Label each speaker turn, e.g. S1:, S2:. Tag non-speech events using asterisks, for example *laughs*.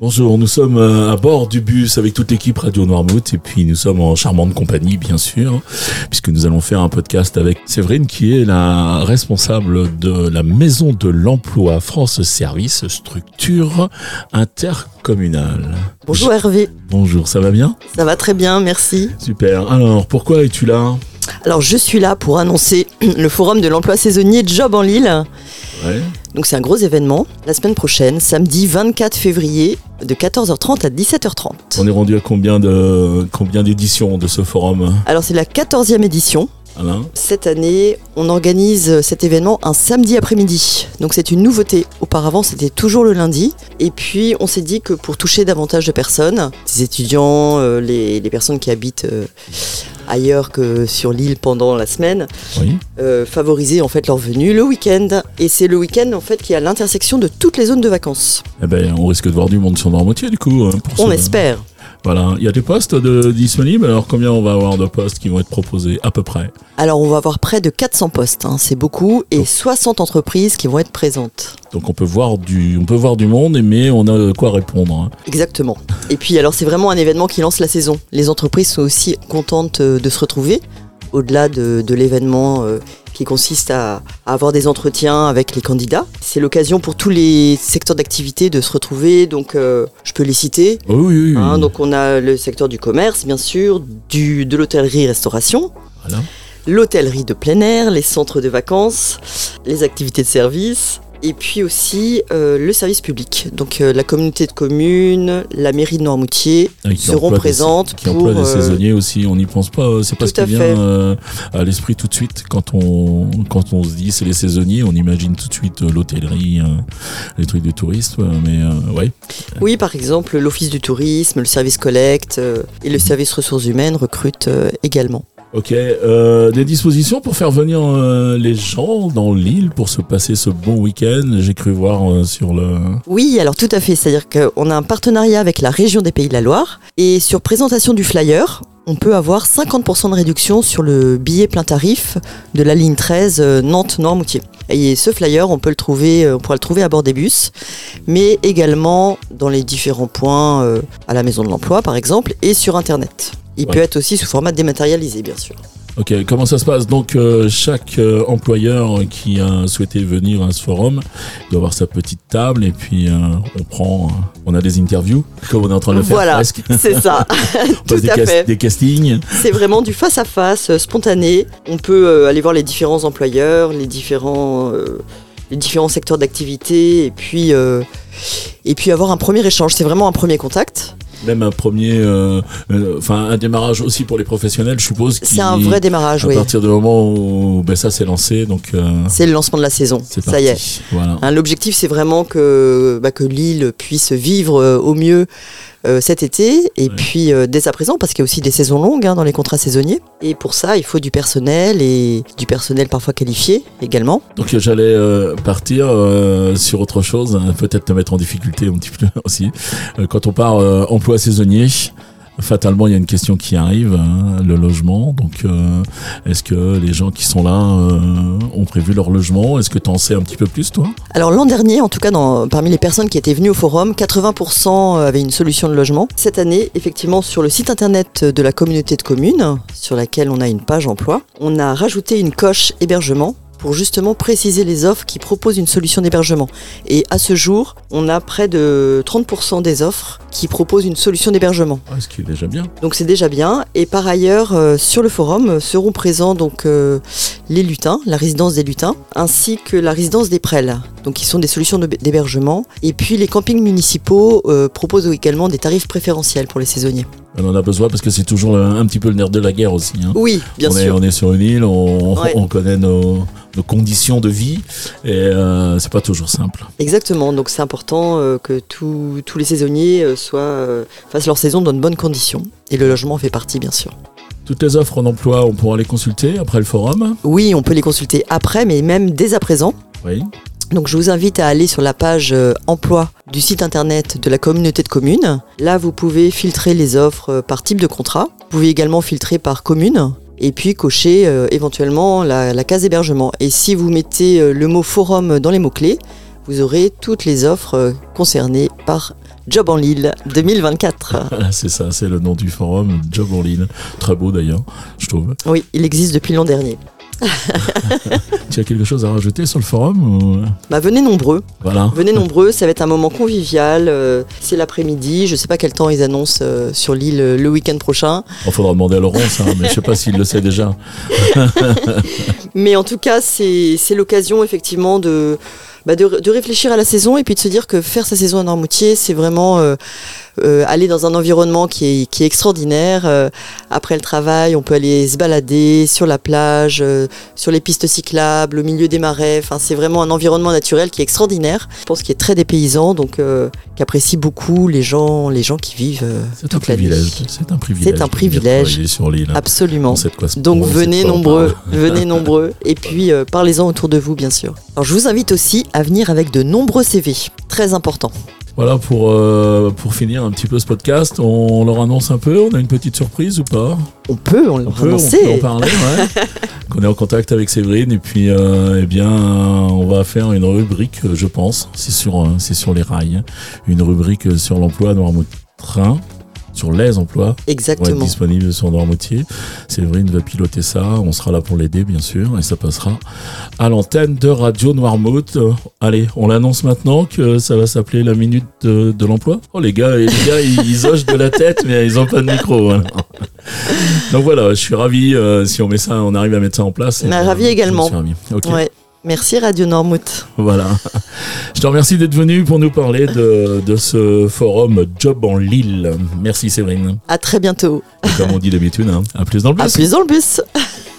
S1: Bonjour, nous sommes euh, à bord du bus avec toute l'équipe Radio Noirmouth et puis nous sommes en charmante compagnie bien sûr puisque nous allons faire un podcast avec Séverine qui est la responsable de la maison de l'emploi France Service structure intercommunale.
S2: Bonjour Hervé,
S1: Bonjour, ça va bien
S2: ça va très bien, merci.
S1: Super. Alors, pourquoi es-tu là
S2: Alors je suis là pour annoncer *clears throat* le forum de l'emploi saisonnier Job en Lille.
S1: Ouais.
S2: Donc c'est un gros événement, la semaine prochaine, samedi 24 février, de 14h30 à 17h30.
S1: On est rendu à combien de combien d'éditions de ce forum
S2: Alors c'est la 14e édition.
S1: Alain
S2: Cette année, on organise cet événement un samedi après-midi. Donc c'est une nouveauté. Auparavant, c'était toujours le lundi. Et puis, on s'est dit que pour toucher davantage de personnes, les étudiants, euh, les, les personnes qui habitent euh, ailleurs que sur l'île pendant la semaine,
S1: Oui.
S2: euh, favoriser en fait leur venue le week-end. Et c'est le week-end en fait qui est à l'intersection de toutes les zones de vacances.
S1: Eh ben, on risque de voir du monde sur Normoutier du coup. hein, pour
S2: On
S1: ce-
S2: espère.
S1: Voilà, il y a des postes de, disponibles. Alors combien on va avoir de postes qui vont être proposés à peu près
S2: Alors on va avoir près de 400 postes, hein, c'est beaucoup, et
S1: Oh.
S2: 60 entreprises qui vont être présentes.
S1: Donc on peut voir du, on peut voir du monde, mais on a de quoi répondre. hein.
S2: Exactement. Et puis alors c'est vraiment un événement qui lance la saison. Les entreprises sont aussi contentes euh, de se retrouver, au-delà de, de l'événement euh, qui consiste à, à avoir des entretiens avec les candidats. C'est l'occasion pour tous les secteurs d'activité de se retrouver, donc euh, je peux les citer.
S1: Oh Oui, oui, oui.
S2: Hein, donc on a le secteur du commerce, bien sûr, du, de l'hôtellerie-restauration,
S1: Voilà.
S2: l'hôtellerie de plein air, les centres de vacances, les activités de service, et puis aussi euh, le service public. Donc euh, la communauté de communes, la mairie de Noirmoutier
S1: Ah, qui
S2: seront
S1: emploie des-
S2: présentes
S1: qui
S2: pour...
S1: emploie des
S2: euh,
S1: saisonniers aussi. On n'y pense pas. euh, C'est pas
S2: tout
S1: ce qui
S2: à
S1: vient
S2: fait.
S1: euh, à l'esprit tout de suite quand on quand on se dit c'est les saisonniers. On imagine tout de suite euh, l'hôtellerie, euh, les trucs de tourisme. euh, Mais euh, ouais.
S2: oui, par exemple, l'office du tourisme, le service collecte euh, et le service ressources humaines recrutent euh, également.
S1: Ok, euh, des dispositions pour faire venir euh, les gens dans l'île pour se passer ce bon week-end. J'ai cru voir euh, sur le.
S2: Oui, alors tout à fait. C'est-à-dire qu'on a un partenariat avec la région des Pays de la Loire. Et sur présentation du flyer, on peut avoir 50% de réduction sur le billet plein tarif de la ligne 13 euh, Nantes-Noirmoutier. Et ce flyer, on peut le trouver, euh, on pourra le trouver à bord des bus, mais également dans les différents points euh, à la maison de l'emploi, par exemple, et sur Internet. Il
S1: Ouais.
S2: peut être aussi sous format dématérialisé, bien sûr.
S1: Ok, comment ça se passe Donc euh, chaque euh, employeur qui a souhaité venir à ce forum doit avoir sa petite table et puis euh, on prend, euh, on a des interviews comme on est en train de le faire
S2: Voilà, *laughs*
S1: presque.
S2: *laughs* c'est ça.
S1: On
S2: tout
S1: passe des,
S2: à fait.
S1: des castings.
S2: C'est vraiment du face à face, euh, spontané. On peut euh, aller voir les différents employeurs, les différents, euh, les différents secteurs d'activité, et puis euh, et puis avoir un premier échange. C'est vraiment un premier contact.
S1: Même un premier, euh, euh, enfin un démarrage aussi pour les professionnels, je suppose. qui-
S2: C'est un vrai démarrage,
S1: À
S2: oui.
S1: partir du moment où ben, ça s'est lancé, donc euh,
S2: C'est le lancement de la saison.
S1: c'est
S2: Ça
S1: parti.
S2: y est.
S1: Voilà.
S2: Hein, L'objectif, c'est vraiment que bah, que Lille puisse vivre euh, au mieux. euh, cet été et
S1: Ouais.
S2: puis euh, dès à présent parce qu'il y a aussi des saisons longues hein, dans les contrats saisonniers et pour ça il faut du personnel et du personnel parfois qualifié également
S1: Donc euh, j'allais euh, partir euh, sur autre chose, hein, peut-être te mettre en difficulté un petit peu *laughs* aussi. Euh, quand on part euh, emploi saisonnier, fatalement il y a une question qui arrive, hein, le logement. Donc euh, est-ce que les gens qui sont là euh, ont prévu leur logement Est-ce que tu en sais un petit peu plus toi
S2: Alors l'an dernier, en tout cas dans- parmi les personnes qui étaient venues au forum, 80% euh, avaient une solution de logement. Cette année, effectivement, sur le site internet de la communauté de communes, sur laquelle on a une page emploi, on a rajouté une coche hébergement pour justement préciser les offres qui proposent une solution d'hébergement. Et à ce jour, on a près de 30% des offres qui proposent une solution d'hébergement.
S1: Ah, Ce qui est déjà bien.
S2: Donc c'est déjà bien. Et par ailleurs, euh, sur le forum euh, seront présents donc euh, les lutins, la résidence des lutins, ainsi que la résidence des prêles, donc qui sont des solutions de- d'hébergement. Et puis les campings municipaux euh, proposent également des tarifs préférentiels pour les saisonniers.
S1: On en a besoin parce que c'est toujours le- un petit peu le nerf de la guerre aussi. hein.
S2: Oui, bien
S1: on, Est,
S2: sûr.
S1: on est sur une île, on,
S2: Ouais.
S1: on connaît nos, nos conditions de vie et euh, c'est pas toujours simple.
S2: Exactement. Donc c'est important euh, que tous- tous les saisonniers euh, soient, euh, fassent leur saison dans de bonnes conditions. Et le logement en fait partie, bien sûr.
S1: Toutes les offres en emploi, on pourra les consulter après le forum.
S2: Oui, on peut les consulter après, mais même dès à présent.
S1: Oui. *laughs*
S2: Donc je vous invite à aller sur la page euh, emploi du site internet de la communauté de communes. Là, vous pouvez filtrer les offres euh, par type de contrat. Vous pouvez également filtrer par commune et puis cocher euh, éventuellement la, la case hébergement. Et si vous mettez euh, le mot forum dans les mots-clés, vous aurez toutes les offres euh, concernées par Job en Lille 2024.
S1: Voilà, c'est ça, c'est le nom du forum, Job en Lille. Très beau d'ailleurs, je trouve.
S2: Oui, il existe depuis l'an dernier.
S1: Tu as quelque chose à rajouter sur le forum ou- euh,
S2: Bah, venez nombreux,
S1: Voilà.
S2: venez nombreux, ça va être un moment convivial. euh, c'est l'après-midi, je sais pas quel temps ils annoncent euh, sur l'île euh, le week-end prochain.
S1: Il faudra demander à Laurent ça, mais je sais pas s'il le sait
S2: *laughs*
S1: déjà.
S2: Mais en tout cas, c'est c'est l'occasion effectivement de, bah, de, de réfléchir à la saison et puis de se dire que faire sa saison à Normoutier, c'est vraiment euh, euh, aller dans un environnement qui est, qui est extraordinaire. Euh, après le travail, on peut aller se balader sur la plage, euh, sur les pistes cyclables, au milieu des marais. Enfin, c'est vraiment un environnement naturel qui est extraordinaire. Je pense qu'il est très dépaysant, donc euh, qu'apprécie beaucoup les gens, les gens qui vivent euh,
S1: C'est un
S2: toute la
S1: privilège.
S2: vie.
S1: C'est un privilège.
S2: un
S1: de venir
S2: privilège.
S1: travailler sur l'île. hein.
S2: Absolument.
S1: On sait de quoi se-
S2: Donc
S1: on sait de
S2: venez
S1: quoi on
S2: nombreux,
S1: parle.
S2: *laughs* venez nombreux, et puis euh, parlez-en autour de vous bien sûr. Alors je vous invite aussi à venir avec de nombreux CV, très important.
S1: Voilà pour, euh, pour finir un petit peu ce podcast. On leur annonce un peu. On a une petite surprise ou pas
S2: On peut, on l'a
S1: On peut, on
S2: annoncé.
S1: peut en parler, ouais. Qu'on est en contact avec Séverine et puis euh, eh bien on va faire une rubrique, euh, je pense, c'est sur euh, c'est sur les rails, une rubrique euh, sur l'emploi à Noirmoutier, sur les emplois qui vont être
S2: Exactement.
S1: disponibles sur Noirmoutier. Séverine va piloter ça, on sera là pour l'aider bien sûr et ça passera à l'antenne de Radio Noirmouth. Euh, Allez, on l'annonce maintenant que ça va s'appeler la minute de, de l'emploi. Oh les gars, les gars ils, ils hochent de la tête mais ils ont pas de micro. hein. Donc voilà, je suis ravi euh, si on met ça, on arrive à mettre ça en place.
S2: Mais
S1: Et,
S2: ravi
S1: je
S2: également.
S1: suis ravi. Ok,
S2: Ouais. Merci Radio Normouth.
S1: voilà. Je te remercie d'être venu pour nous parler de, de ce forum Job en Lille. Merci Séverine.
S2: À très bientôt.
S1: Et comme on dit d'habitude, hein, à plus dans le
S2: À
S1: bus.
S2: plus dans le bus.